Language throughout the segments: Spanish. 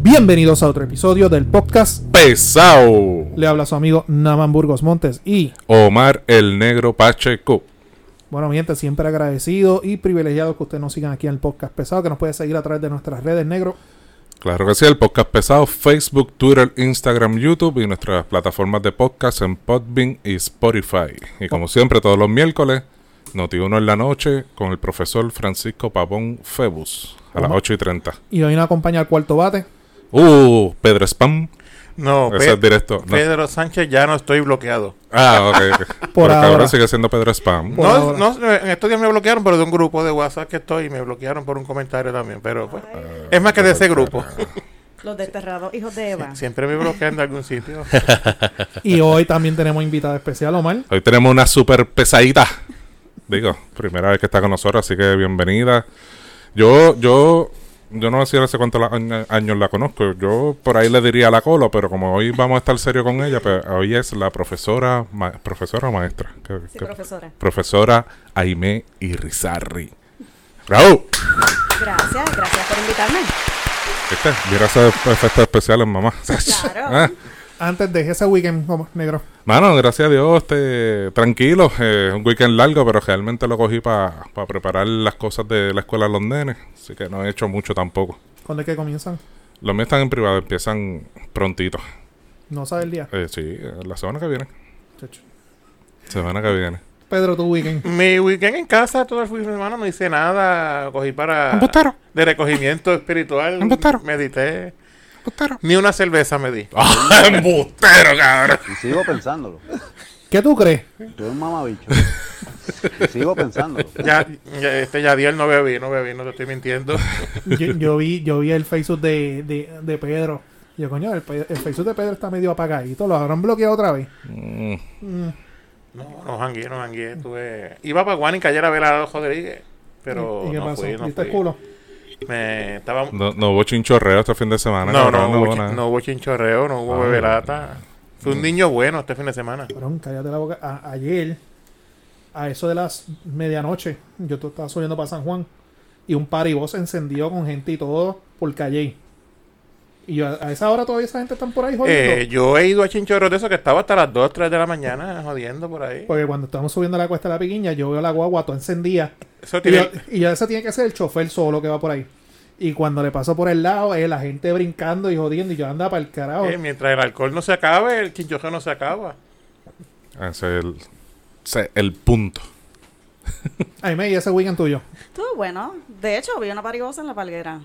Bienvenidos a otro episodio del podcast. Pesado. Le habla su amigo Naman Burgos Montes y, Omar el Negro Pacheco. bueno, mi gente, siempre agradecido y privilegiado que ustedes nos sigan aquí en el podcast pesado, que nos puede seguir a través de nuestras redes negro. Claro que sí, el podcast pesado, Facebook, Twitter, Instagram, YouTube y nuestras plataformas de podcast en Podbean y Spotify. Y como siempre, todos los miércoles, Noti1 en la noche con el profesor Francisco Pavón Febus a las Omar. 8 y 30. Y hoy nos acompaña al cuarto bate. Uh, Pedro Spam. No, Ese Pe- es directo. No. Pedro Sánchez ya no estoy bloqueado. Ah, ok. ok. Por Pero cabrón, ahora. sigue siendo Pedro Spam. Por No, ahora. no, eh, en estos días me bloquearon, pero de un grupo de WhatsApp que estoy y me bloquearon por un comentario también. Pero pues, es más que de ese grupo. Los desterrados hijos de Eva. Siempre me bloquean de algún sitio. Y hoy también tenemos invitada especial, Omar. Hoy tenemos una súper pesadita. Digo, primera vez que está con nosotros, así que bienvenida. Yo, yo, yo no sé hace cuántos la- año- años la conozco. Yo por ahí le diría la cola, pero como hoy vamos a estar serio con ella, pues hoy es la profesora, ma- profesora o maestra. ¿Qué- Sí, qué- profesora. profesora Aime Irizarri. ¡Bravo! Gracias, gracias por invitarme. ¿Viste? Mira esos efectos especiales, mamá. Claro. Ah. Antes de ese weekend, Omar, negro. Mano, gracias a Dios, este, tranquilo, eh, un weekend largo, pero realmente lo cogí para preparar las cosas de la escuela de los nenes, así que no he hecho mucho tampoco. ¿Cuándo es que comienzan? Los míos están en privado, empiezan prontito. No sabe el día. Eh, sí, eh, la semana que viene. chacho. Semana que viene. Pedro, tu weekend. Mi weekend en casa, todo el fin de semana no hice nada. Cogí para. Embustero, De recogimiento espiritual. Embustero. Medité. embustero. Ni una cerveza me di. ¡Ah, embustero, cabrón! Y sigo pensándolo. ¿Qué tú crees? Tú eres un mamabicho. Y sigo pensándolo. Ya, ya, este Yadiel no bebí, no bebí, no te estoy mintiendo. Yo, yo vi, yo vi el Facebook de, de, de Pedro. Yo, coño, el, pe- el Facebook de Pedro está medio apagadito. Lo habrán bloqueado otra vez. Mm, No, no jangué, no jangué. Estuve... Iba para Guanica ayer a ver a Rodríguez. Pero ¿Y qué no pasó? fui, no ¿Viste el fui. culo? Me estaba no, no hubo chinchorreo este fin de semana. No, cabrón, no, hubo, nada. chi- no hubo chinchorreo, no hubo Ah. beberata. Fue un niño bueno este fin de semana. Cabrón, cállate la boca. A- ayer, a eso de las medianoche, yo to- estaba subiendo para San Juan y un paribos encendió con gente y todo por calle. Y yo, a a esa hora todavía esa gente están por ahí jodiendo. Eh, yo he ido a chinchorreos de eso que estaba hasta las 2, 3 de la mañana jodiendo por ahí. porque cuando estamos subiendo la cuesta de la piquiña, yo veo la guagua toda encendida. Eso Y, tiene- yo, y yo, ese tiene que ser el chofer solo que va por ahí. Y cuando le paso por el lado, es la gente brincando y jodiendo. Y yo andaba para el carajo. eh, mientras el alcohol no se acabe, el chinchorreo no se acaba. Ese es el, ese es el punto. Ay, me, y ese weekend tuyo. Todo bueno. De hecho, vi una parigosa en la palguera.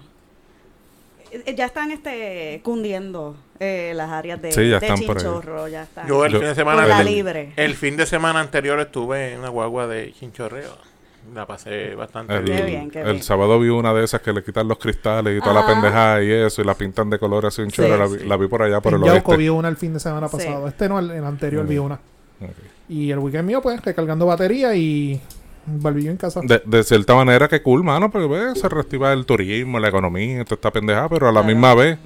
Eh, eh, Ya están este, cundiendo eh, las áreas de, Sí, ya de están por ahí. chinchorro, ya Ah. están. Yo el Yo- fin de Por semana la el- libre. el fin de semana anterior estuve en una guagua de chinchorreo. La pasé bastante El, bien. Qué bien, qué el bien. sábado vi una de esas que le quitan los cristales y toda la Ajá. pendejada y eso, y la pintan de color así un Sí, chévere. la, vi- sí. la vi por allá, por en el Yauco oeste. vi una el fin de semana Sí. pasado. Este no, el, el anterior Mm. vi una. Ok. Y el weekend mío, pues, recargando batería y barbillo en casa. De, de cierta manera, que cool, mano, porque pues, se reactiva el turismo, la economía, toda esta pendejada, pero a la Claro. misma vez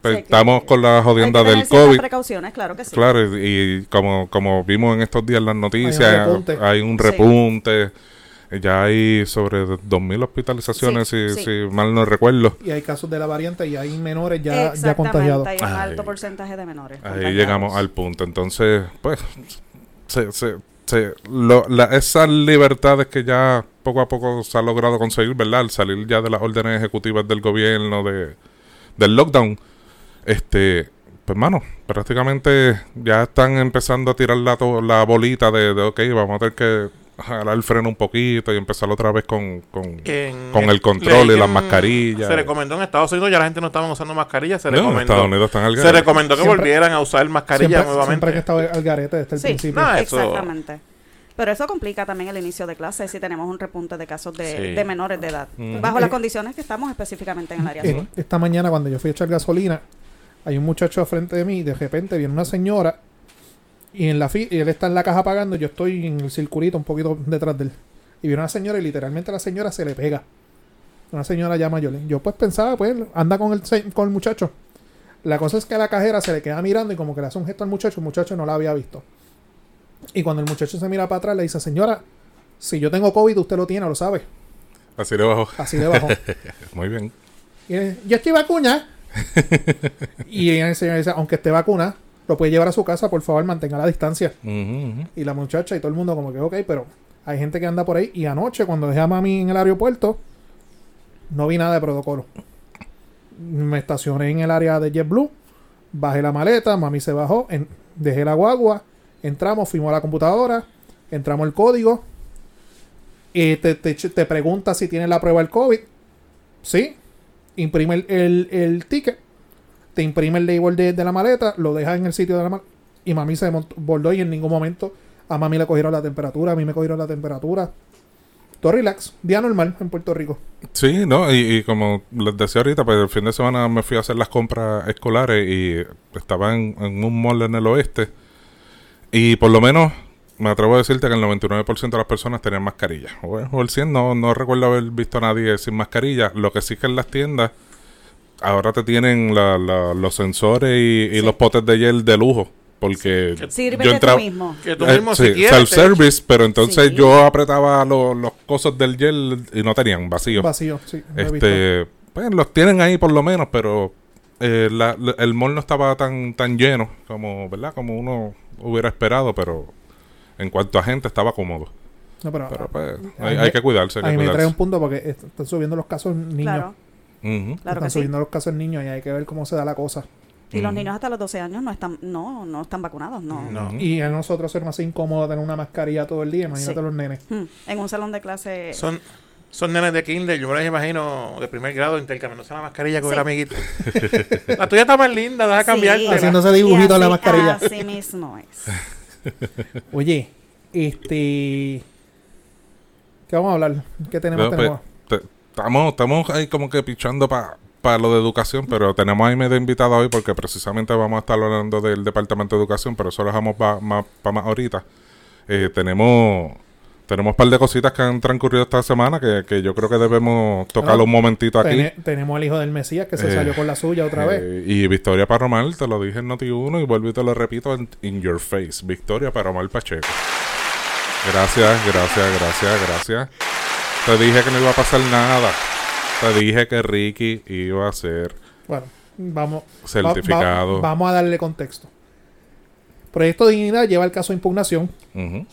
pues, Sí, que- estamos con la Hay que jodienda tener del ciertas COVID. precauciones, claro que sí. Claro, y, y como, como vimos en estos días en las noticias, Hay un hay un repunte. repunte. Sí. Ya hay sobre 2.000 hospitalizaciones, Sí, si, sí. si mal no recuerdo. Y hay casos de la variante y hay menores ya, ya Exactamente, contagiados. Hay un Ay. alto porcentaje de menores. Ahí contagiados. llegamos al punto. Entonces, pues, se, se, se- lo- la- esas libertades que ya poco a poco se ha logrado conseguir, ¿verdad? Al salir ya de las órdenes ejecutivas del gobierno, de, del lockdown, este, pues, mano, prácticamente ya están empezando a tirar la, to- la bolita de, de, ok, vamos a tener que jalar el freno un poquito y empezar otra vez con... con En- Con el control leí y las en- mascarillas. Se recomendó en Estados Unidos, ya la gente no estaba usando mascarillas. Se No, en recomendó, Estados Unidos están al se garete. recomendó que Siempre- volvieran a usar mascarillas Siempre, nuevamente. siempre que estaba al garete desde el Sí. principio. No, Ah, eso- Exactamente. Pero eso complica también el inicio de clases si tenemos un repunte de casos de, Sí. de menores de edad, Mm. bajo las condiciones que estamos específicamente en el área Eh, sur. esta mañana cuando yo fui a echar gasolina, hay un muchacho al frente de mí y de repente viene una señora y en la fi- y él está en la caja pagando, yo estoy en el circulito un poquito detrás de él. Y viene una señora y literalmente la señora se le pega. Una señora ya mayor. Yo pues pensaba, pues, anda con el, se- con el muchacho. La cosa es que la cajera se le queda mirando y como que le hace un gesto al muchacho, el muchacho no la había visto. Y cuando el muchacho se mira para atrás, le dice, señora, si yo tengo COVID, usted lo tiene, lo sabe. Así le bajo. Así debajo. Muy bien. Y él, yo estoy vacuna. y ella- el señor dice, aunque esté vacuna, lo puede llevar a su casa, por favor, mantenga la distancia. Ujú, ujú. Y la muchacha y todo el mundo como que, ok, pero hay gente que anda por ahí. Y anoche, cuando dejé a mami en el aeropuerto, no vi nada de protocolo. Me estacioné en el área de JetBlue, bajé la maleta, mami se bajó, en- dejé la guagua, entramos, fuimos a la computadora, entramos el código. eh, te, te, te pregunta si tienes la prueba del COVID. Sí, imprime el, el- el ticket, te imprime el label de, de la maleta, lo dejas en el sitio de la maleta. Y mami se mont- bordó y en ningún momento a mami le cogieron la temperatura, a mí me cogieron la temperatura. Todo relax, día normal en Puerto Rico. Sí, no, y, y como les decía ahorita, pues el fin de semana me fui a hacer las compras escolares y estaba en, en un mall en el oeste. Y por lo menos me atrevo a decirte que el 99% de las personas tenían mascarilla. O, eh, o el 100, no, no recuerdo haber visto a nadie sin mascarilla. Lo que sí que en las tiendas ahora te tienen la- la- los sensores y, y los potes de gel de lujo. Porque Sirve yo de tú entraba, mismo. Que tú Eh, mismo, si quieres, self te- service, pero entonces Sí. yo apretaba lo- los cosos del gel y no tenían vacío. Vacío, sí. lo he visto. Este, pues los tienen ahí por lo menos, pero eh, la- la- el mall no estaba tan tan lleno como, ¿verdad? Como uno hubiera esperado, pero en cuanto a gente estaba cómodo. No, pero, Pero a- pues Ah. a hay, mí- hay que cuidarse, hay a que mí me trae cuidarse. un punto porque est- están subiendo los casos en niños. Claro, Ujú. claro que están sí. subiendo los casos en niños y hay que ver cómo se da la cosa. Y los Ujú. niños hasta los 12 años no están, no, no están vacunados, no. No. Y a nosotros ser más incómodo tener una mascarilla todo el día, imagínate Sí. los nenes. Hmm, En un salón de clase. Son, son nenes de kinder, yo me los imagino de primer grado intercambiándose la mascarilla con Sí. el amiguito. la tuya está más linda, deja cambiar. Sí. Haciéndose dibujito Y en la así- mascarilla. Así mismo es. Oye, este... ¿Qué vamos a hablar? ¿Qué tenemos? Pero, tenemos? pues, te- Estamos, estamos ahí como que pichando para lo de educación, pero tenemos a Aime de invitada hoy porque precisamente vamos a estar hablando del Departamento de Educación, pero eso lo dejamos para más, pa' más ahorita. Eh, tenemos tenemos un par de cositas que han transcurrido esta semana que, que yo creo que debemos tocar Bueno, un momentito aquí. Tene- tenemos al hijo del Mesías que se Eh, salió con la suya otra vez. Eh, y Victoria Parromal, te lo dije en Noti1 y vuelvo y te lo repito en in your face. Victoria Parromal Pacheco. Gracias, gracias, gracias, gracias. Te dije que no iba a pasar nada. Te dije que Ricky iba a ser Bueno, vamos. va- va- certificado. vamos a darle contexto. Proyecto Dignidad lleva el caso a impugnación. Ujú.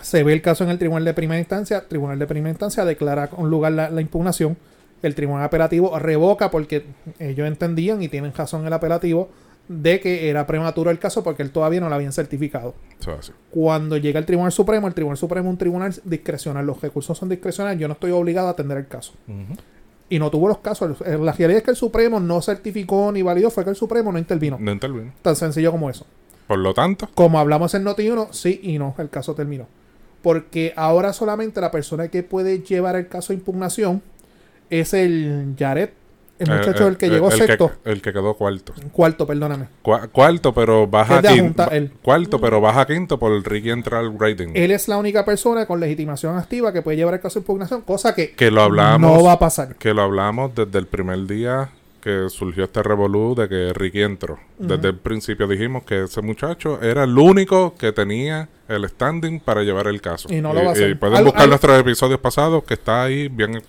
Se ve el caso en el Tribunal de Primera Instancia. Tribunal de Primera Instancia declara con lugar la, la impugnación. El Tribunal Apelativo revoca porque ellos entendían y tienen razón el apelativo de que era prematuro el caso porque él todavía no lo habían certificado. Eso es así. Cuando llega el Tribunal Supremo, el Tribunal Supremo es un tribunal discrecional. Los recursos son discrecionales. Yo no estoy obligado a atender el caso. Ujú. Y no tuvo los casos. El- La realidad es que el Supremo no certificó ni validó. Fue que el Supremo no intervino. No intervino. Tan sencillo como eso. Por lo tanto, Como hablamos en Noti 1, sí y no, el caso terminó. Porque ahora solamente la persona que puede llevar el caso a impugnación es el Jared, el eh, muchacho eh, el que eh, llegó el sexto, Que, Mm. el que quedó cuarto. cuarto, perdóname. Cua- cuarto, pero baja Es de quinto. ajunta, él. Cuarto, pero baja quinto por el Ricky entrar rating. Él es la única persona con legitimación activa que puede llevar el caso a impugnación, cosa que, que lo hablamos. no va a pasar. que lo hablamos desde el primer día que surgió este revolú de que Ricky entró. Desde el principio dijimos que ese muchacho era el único que tenía el standing para llevar el caso. Y no lo va a hacer. pueden Algo- buscar algo- nuestros episodios pasados que está ahí bien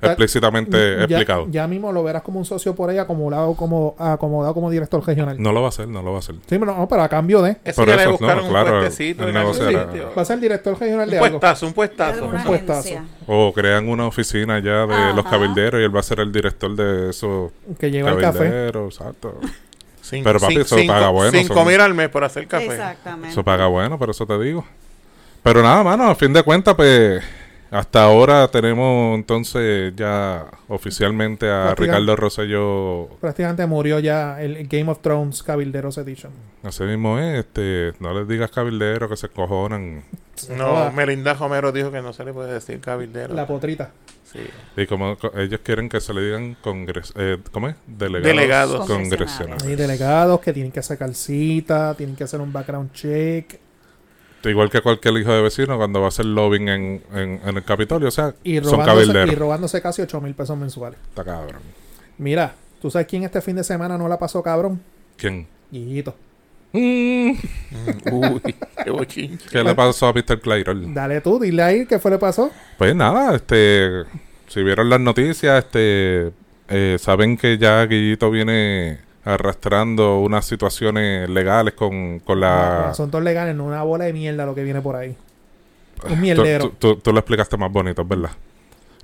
Ya- explícitamente Ya- explicado. Ya, mismo lo verás como un socio por ahí acumulado como acomodado como director regional. No lo va a hacer, no lo va a hacer. Sí, pero no, pero a cambio de Eso Por ya le eso, buscaron no, un claro, puestecito el en algún negocio era- sitio. va a ser director regional Un Pues de algo. puestazo, un puestazo. Alguna Un puestazo. agencia. O crean una oficina ya de los Ajá. cabilderos y él va a ser el director de esos Que lleva el café. cabilderos. Exacto. Cinco- Pero, papi, cin- eso paga bueno, Cinco son- mil al mes por hacer café. Exactamente. Eso paga bueno, por eso te digo. Pero nada, mano, a fin de cuentas, pues hasta ahora tenemos entonces ya oficialmente a Práctica- Ricardo Rosselló. Prácticamente murió ya el Game of Thrones Cabilderos Edition. Así mismo es, este, no les digas cabildero que se cojonan. Toda No, Melinda Homero dijo que no se le puede decir cabildero. Ah. La potrita. Sí. Y como co- ellos quieren que se le digan congres, eh, ¿cómo es? Delegados. Delegados. Congresionales. Hay delegados que tienen que sacar cita, tienen que hacer un background check. Igual que cualquier hijo de vecino cuando va a hacer lobbying en, en, en el Capitolio, o sea, Y son robándose, y cabilderos. robándose casi 8 mil pesos mensuales. Está cabrón. Mira, ¿tú sabes quién este fin de semana no la pasó cabrón? ¿Quién? Guillito. Mm, Uy, qué bochinche. ¿Qué le pasó a Mr. Clayroll? Dale tú, dile ahí qué fue le pasó. Pues nada, este, si vieron las noticias, este, eh, saben que ya Guillito viene arrastrando unas situaciones legales con, con la... Son todos Ah, legales, no una bola de mierda lo que viene por ahí. Un Tú- mierdero. Tú, tú- tú lo explicaste más bonito, es ¿verdad?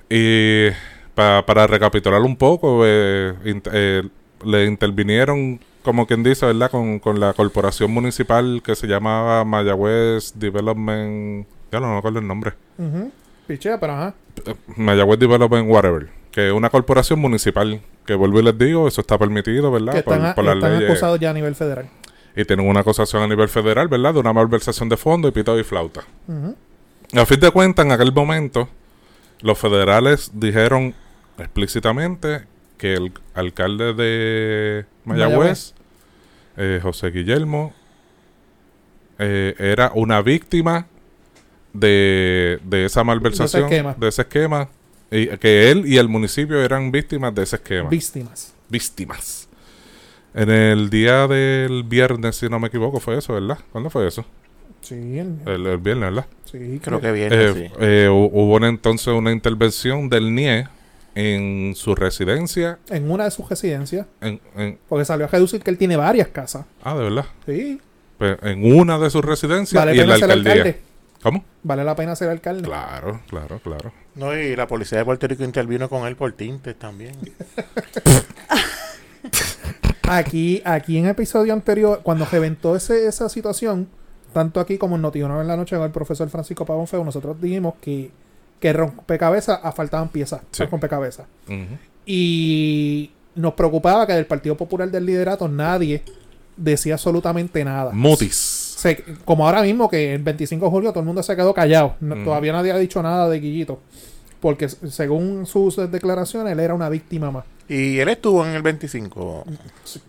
Y pa- para recapitular un poco, eh, int- eh, le intervinieron, como quien dice, ¿verdad? Con, con la corporación municipal que se llamaba Mayagüez Development... Ya no me acuerdo el nombre. Ujú. Pichea, pero ajá. Mayagüez Development Whatever. Que es una corporación municipal. Que vuelvo y les digo, eso está permitido, ¿verdad? que están, a- Ah, las están leyes. acusados ya a nivel federal. Y tienen una acusación a nivel federal, ¿verdad? De una malversación de fondos y pitado y flauta. Ujú. A fin de cuentas, en aquel momento, los federales dijeron explícitamente que el alcalde de Mayagüez, eh, José Guillermo, eh, era una víctima de, de esa malversación, esquema. de ese esquema, y que él y el municipio eran víctimas de ese esquema Víctimas. víctimas. En el día del viernes, si no me equivoco, fue eso, ¿verdad? ¿Cuándo fue eso? Sí, el- El, el viernes, ¿verdad? sí, Creo que viene, Eh, sí. eh, hu- hubo una- entonces una intervención del NIE en su residencia. En una de sus residencias. En, en- Porque salió a reducir que él tiene varias casas. ah, de verdad. Sí. Pues, en una de sus residencias Vale y la en la pena ser alcaldía. alcalde. ¿Cómo? Vale la pena ser alcalde. Claro, claro, claro. No, y la policía de Puerto Rico intervino con él por tintes también. Aquí, aquí en episodio anterior, cuando reventó ese, esa situación, tanto aquí como en Noti Uno en la noche con el profesor Francisco Pavón Feo, nosotros dijimos que, que rompecabezas ah, faltaban piezas. Sí. al Rompecabezas. Ujú. Y nos preocupaba que del Partido Popular del Liderato nadie decía absolutamente nada. Mutis. Se- como ahora mismo que el 25 de julio todo el mundo se quedó callado. No- Ujú. Todavía nadie ha dicho nada de Guillito. Porque s- según sus declaraciones, él era una víctima más. Y él estuvo en el 25.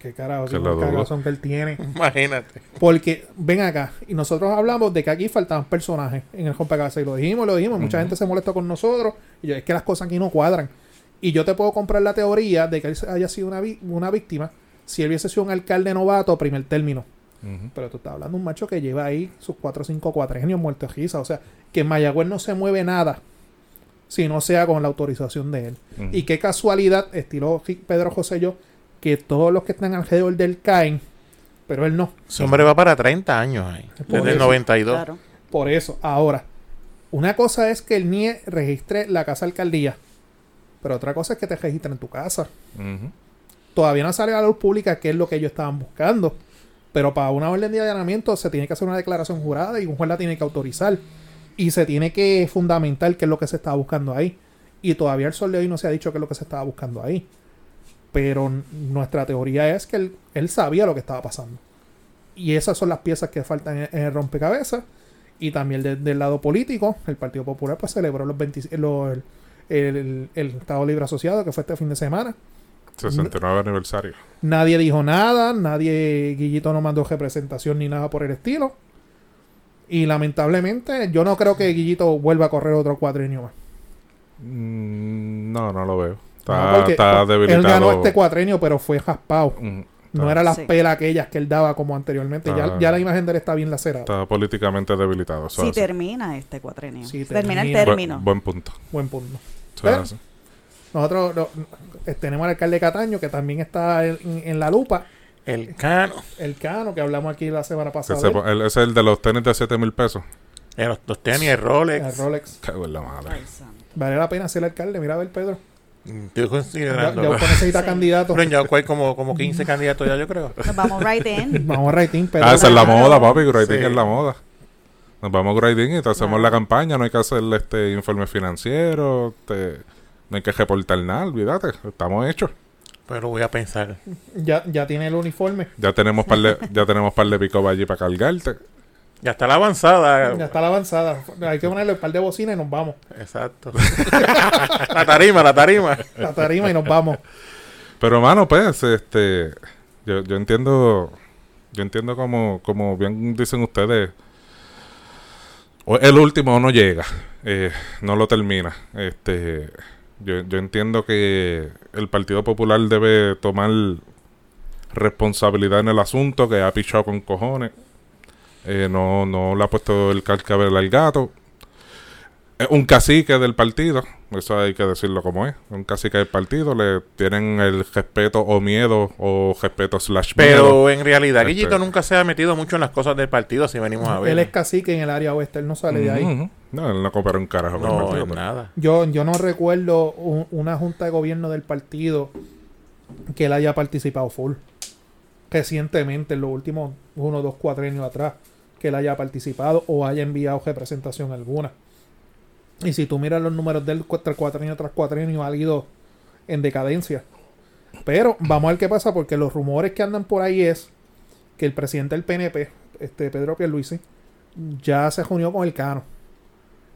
Qué carajo, Que qué la dudo. cagazón que él tiene. Imagínate. Porque, ven acá, y nosotros hablamos de que aquí faltaban personajes en el rompecabezas. Y lo dijimos, lo dijimos, mucha gente se molestó con nosotros. Y yo, es que las cosas aquí no cuadran. Y yo te puedo comprar la teoría de que él haya sido una, vi- una víctima si él hubiese sido un alcalde novato primer término. Ujú. Pero tú estás hablando de un macho que lleva ahí sus 4 o 5 cuatrenios muerto de risa. O sea, que en Mayagüez no se mueve nada si no sea con la autorización de él. Ujú. Y qué casualidad, estilo Hi- Pedro José y yo, que todos los que están alrededor del caen, pero él no. Ese hombre va para 30 años ahí. Por Desde el eso, 92. Claro. Por eso, ahora, una cosa es que el NIE registre la casa alcaldía, pero otra cosa es que te registren tu casa. Ujú. Todavía no sale a la luz pública qué es lo que ellos estaban buscando, pero para una orden de allanamiento se tiene que hacer una declaración jurada y un juez la tiene que autorizar y se tiene que fundamentar qué es lo que se estaba buscando ahí. Y todavía el sol de hoy no se ha dicho qué es lo que se estaba buscando ahí. Pero n- nuestra teoría es que él, él sabía lo que estaba pasando. Y esas son las piezas que faltan en, en el rompecabezas. Y también de- del lado político, el Partido Popular pues celebró los 20 los- el, el- el Estado Libre Asociado, que fue este fin de semana. 69 aniversario. Nadie dijo nada, nadie, Guillito no mandó representación ni nada por el estilo. Y lamentablemente, yo no creo que Guillito vuelva a correr otro cuatrenio más. Mm, no, no lo veo. No, Está, Ah, porque está Él ganó debilitado. este cuatrenio, pero fue jaspado. Mm, No está- era las Sí. pelas aquellas que él daba como anteriormente. Ya, Ah. ya la imagen de él está bien lacerada. Está políticamente debilitado. eso Si hace. termina este cuatrenio. Sí, termina el termina. Buen- término. buen punto. Buen punto. Eso Pero- hace. Nosotros no, eh, tenemos al alcalde Cataño, que también está en, en la lupa. El cano. El Cano, que hablamos aquí la semana Que pasada. se de po- el- ese es el de los tenis de 7 mil pesos. Eh, Los, los tenis, el él, el Rolex. Rolex. Cago en la madre. Ay, santo. Vale la pena ser alcalde. Mira a ver, Pedro. Mm, Estoy Ya, considerando. ya Mm. usted necesita Sí. candidato. Pero en Yauco hay como, como 15 candidatos ya, yo creo. Nos vamos right in. Vamos a rating, Pedro. Ah, esa es la Claro. moda, papi. Grading Sí. es la moda. Nos vamos a grading y te hacemos Claro. la campaña. No hay que hacer este informe financiero. te- no hay que reportar nada. Olvídate. Estamos hechos. Pero voy a pensar. Ya, ya tiene el uniforme. Ya tenemos par de, ya tenemos par de pico allí para cargarte. Ya está la avanzada. Ya está la avanzada. Hay que ponerle el par de bocinas y nos vamos. Exacto. la tarima, la tarima. La tarima y nos vamos. Pero, mano, pues, este. Yo, yo entiendo. Yo entiendo como, como bien dicen ustedes. o- El último no llega. eh, no lo termina. Este. Yo, yo entiendo que el Partido Popular debe tomar responsabilidad en el asunto, que ha pichado con cojones. Eh, no, no le ha puesto el cascabel al gato. Es un cacique del partido, eso hay que decirlo como es. Un cacique del partido, le tienen el respeto o miedo o respeto slash miedo. Pero en realidad, Este- Guillito nunca se ha metido mucho en las cosas del partido, si venimos a ver. Él es cacique en el área oeste, él no sale de ahí. Ujú. No, él no cooperó un carajo con el no, partido. en pero- nada. Yo, yo no recuerdo un- una junta de gobierno del partido que él haya participado full. Recientemente, en los últimos uno o dos cuatrenios atrás, que él haya participado o haya enviado representación alguna. Y si tú miras los números del cuatrenio tras cuatrenio, ha ido en decadencia. Pero vamos a ver qué pasa, porque los rumores que andan por ahí es que el presidente del PNP, este Pedro Pierluisi, ya se reunió con el Cano.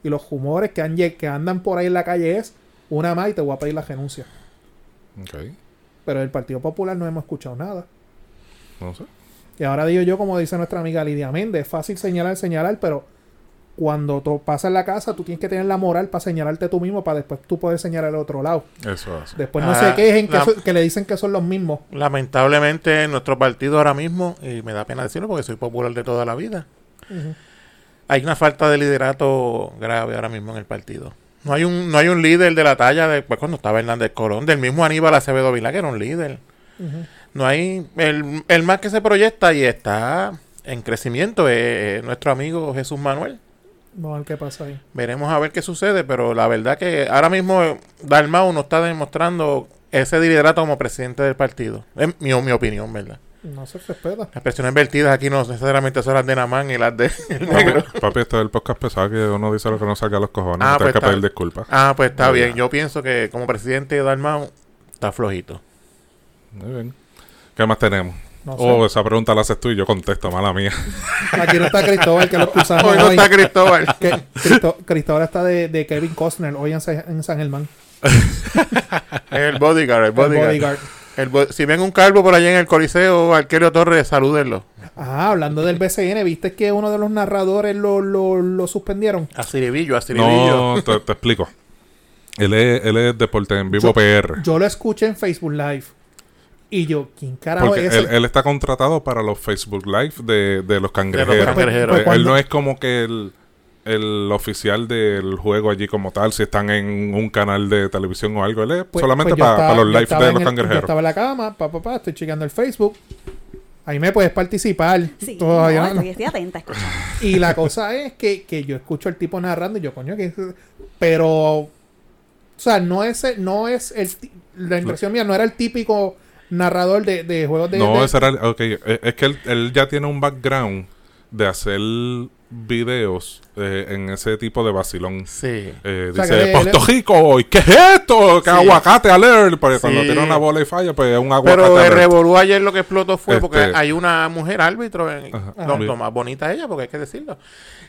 Y los rumores que, han, lle- que andan por ahí en la calle es una más y te voy a pedir la renuncia. Ok, Pero del Partido Popular no hemos escuchado nada. no sé. Y ahora digo yo, como dice nuestra amiga Lidia Méndez, es fácil señalar, señalar, pero cuando tú pasas la casa, tú tienes que tener la moral para señalarte tú mismo, para después tú poder señalar al otro lado. Eso hace. Después no Ah, se quejen que, la- so- que le dicen que son los mismos. Lamentablemente, en nuestro partido ahora mismo, y me da pena decirlo porque soy popular de toda la vida, hay una falta de liderato grave ahora mismo en el partido. No hay un, no hay un líder de la talla de pues, cuando estaba Hernández Colón, del mismo Aníbal Acevedo Vilá, que era un líder. No hay. El, el más que se proyecta y está en crecimiento es, es nuestro amigo Jesús Manuel. Vamos a ver qué pasa ahí. Veremos a ver qué sucede, pero la verdad que ahora mismo eh, Dalmau no está demostrando ese liderato como presidente del partido. Es mi, mi opinión, ¿verdad? No se respeta. Las presiones vertidas aquí no necesariamente son las de Namán y las de el negro. Papi, papi, esto del podcast pesado que uno dice lo que no saca los cojones. Ah, no pues tienes que está pedir bien. disculpas. Ah, pues está Verdad. bien. Yo pienso que como presidente de Dalmau está flojito. Muy bien. ¿Qué más tenemos? No sé. Oh, esa pregunta la haces tú y yo contesto, mala mía. Aquí no está Cristóbal, que lo excusamos Hoy no hoy. está Cristóbal. Que Cristo- Cristóbal está de, de Kevin Costner hoy en, Sa- en San Germán. El bodyguard, el El bodyguard. bodyguard. El bo- si ven un calvo por allá en el Coliseo, Arquelio Torres, salúdenlo. Ah, hablando del BCN, ¿viste que uno de los narradores lo, lo, lo suspendieron? A Ciribillo, a Ciribillo. No, te, te explico. Él es, él es Deporte en Yo- Vivo PR. Yo lo escuché en Facebook Live. Y yo, ¿quién carajo porque es ese? él, él está contratado para los Facebook Live de, de los cangrejeros. cangrejeros. Pues él cuando- no es como que el, el oficial del juego allí como tal, si están en un canal de televisión o algo. Él es Pues- solamente pues yo para, estaba- para los yo live estaba de en los el- Yo cangrejeros. estaba en la cama, papá, papá, estoy chequeando el Facebook. Ahí me puedes participar. Sí, Todavía no, no. estoy, estoy atenta. Y la cosa es que, que yo escucho al tipo narrando y yo, coño, que. Pero. O sea, no es, el- no es el, ti- la impresión mía, no era el típico narrador de, de juegos de. no, de- ese era el- ok, eh, Es que él, él ya tiene un background de hacer videos eh, en ese tipo de vacilón. Sí. Eh, O sea, dice, que- Puerto Rico, ¿y qué es esto? ¿Qué Sí. aguacate alert? Porque cuando Sí. tiene una bola y falla, pues es un aguacate Pero el alert. revolú ayer lo que explotó fue porque Este- hay una mujer árbitro, en, Ajá. lo, lo más bonita ella, porque hay que decirlo.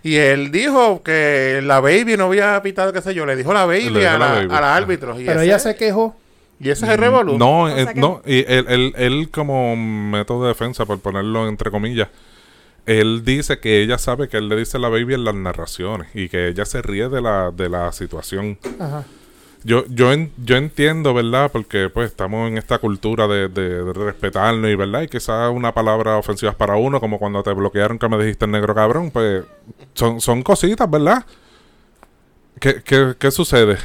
Y él dijo que la baby no había pitado, qué sé yo, le dijo la baby, Le dijo a, la la, baby. a la Ajá. árbitro. Y pero ese, ella se quejó. y ese es el revolú. No, O sea eh, que- no, y él, él- él como método de defensa, por ponerlo entre comillas, él dice que ella sabe que él le dice la baby en las narraciones y que ella se ríe de la, de la situación. Ajá. Yo, yo, en- yo entiendo, ¿verdad? Porque pues estamos en esta cultura de, de- de respetarnos y, ¿verdad? Y quizás una palabra ofensiva es para uno, como cuando te bloquearon que me dijiste negro cabrón, pues son, son cositas, ¿verdad? ¿Qué, qué, qué sucede?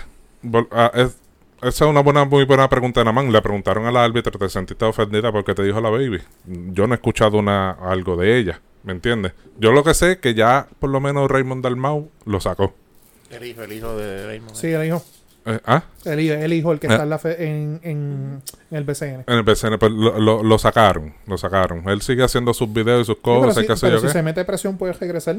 Vol- ah, es- esa es una buena, muy buena pregunta de Namán. Le preguntaron a la árbitra, ¿te sentiste ofendida porque te dijo la baby? Yo no he escuchado una, algo de ella, ¿me entiendes? Yo lo que sé es que ya por lo menos Raymond Dalmau lo sacó. El hijo, el hijo de Raymond. Sí, el hijo. Eh, ¿Ah? El hijo, el, hijo, el que Ah. está en, la fe- en, en- en el BCN. En el PCN, pues, lo, lo- lo sacaron, lo sacaron. Él sigue haciendo sus videos y sus Sí, pero cosas si, y qué sé pero yo si qué. se mete presión, puede regresar.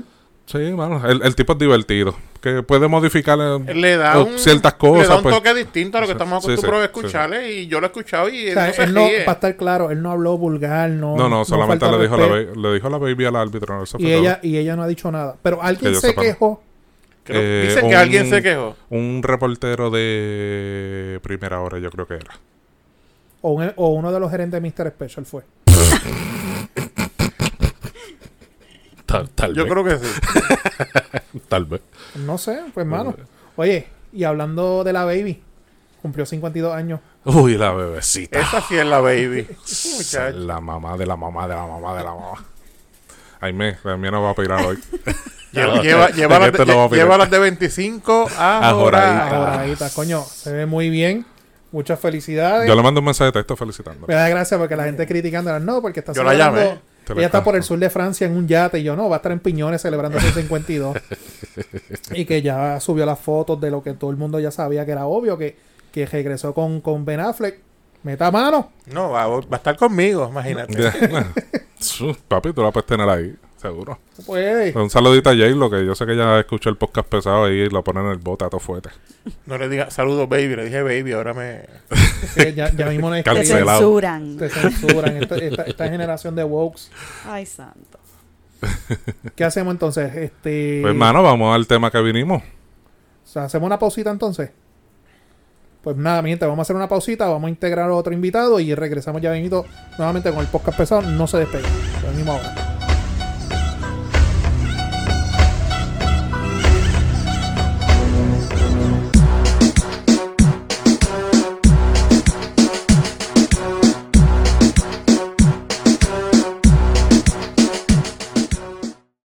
Sí, mano, el, el tipo es divertido. Que puede modificar eh, Él Le da eh, un, ciertas le da cosas. un pues. toque distinto a lo que Sí, estamos sí, sí, sí. acostumbrados a escucharle y yo lo he escuchado y O él sea, no se él no, ríe. para estar claro, él no habló vulgar, no. No, no, solamente falta le, dijo la respeto. ba- le dijo la baby al árbitro. Eso fue Y todo. ella, y ella no ha dicho nada. Pero alguien Que yo se sepa, no. quejó. Creo- Eh, dicen un- que alguien se quejó. Un reportero de primera hora, yo creo que era. O, un- o uno de los gerentes de Mr. Special fue. Tal, tal Yo creo que sí. Tal vez. No sé, pues hermano. eh. Oye, y hablando de la baby, cumplió 52 años. Uy, la bebecita. Esa sí es la baby. Muchacho. La mamá de la mamá de la mamá de la mamá. Aime, también nos va a pirar hoy. Lleva, lleva, En lleva las, este de, no va a lle- opinar. lleva las de 25 a, A Jorah. Jorahita. Ahora, ahí está, coño, se ve muy bien. Muchas felicidades. Yo le mando un mensaje de texto felicitando. Me da gracia porque la gente criticándola, no, porque está Yo la celebrando- llamé. Te la Ella está canto. por el sur de Francia en un yate y yo no, va a estar en Piñones celebrando su 52. y que ya subió las fotos de lo que todo el mundo ya sabía que era obvio, que, que regresó con, con Ben Affleck. Meta mano. No, va, va a estar conmigo, imagínate. Su, Papi, tú la puedes tener ahí, seguro. Pues, Un saludito a Jay, lo que yo sé que ya escuchó el podcast pesado ahí y lo ponen en el bote a todo fuerte. No le diga saludos, baby. Le dije baby, ahora me. que ya, ya mismo no es Te que Cancelado. censuran. te censuran esta, esta- esta generación de wokes. Ay, santo. ¿Qué hacemos entonces? Este, Pues, hermano, vamos al tema que vinimos. O sea, hacemos una pausita entonces. Pues nada, mi gente, vamos a hacer una pausita, vamos a integrar a otro invitado y regresamos ya venido nuevamente con el podcast pesado. No se despeguen. Lo mismo ahora.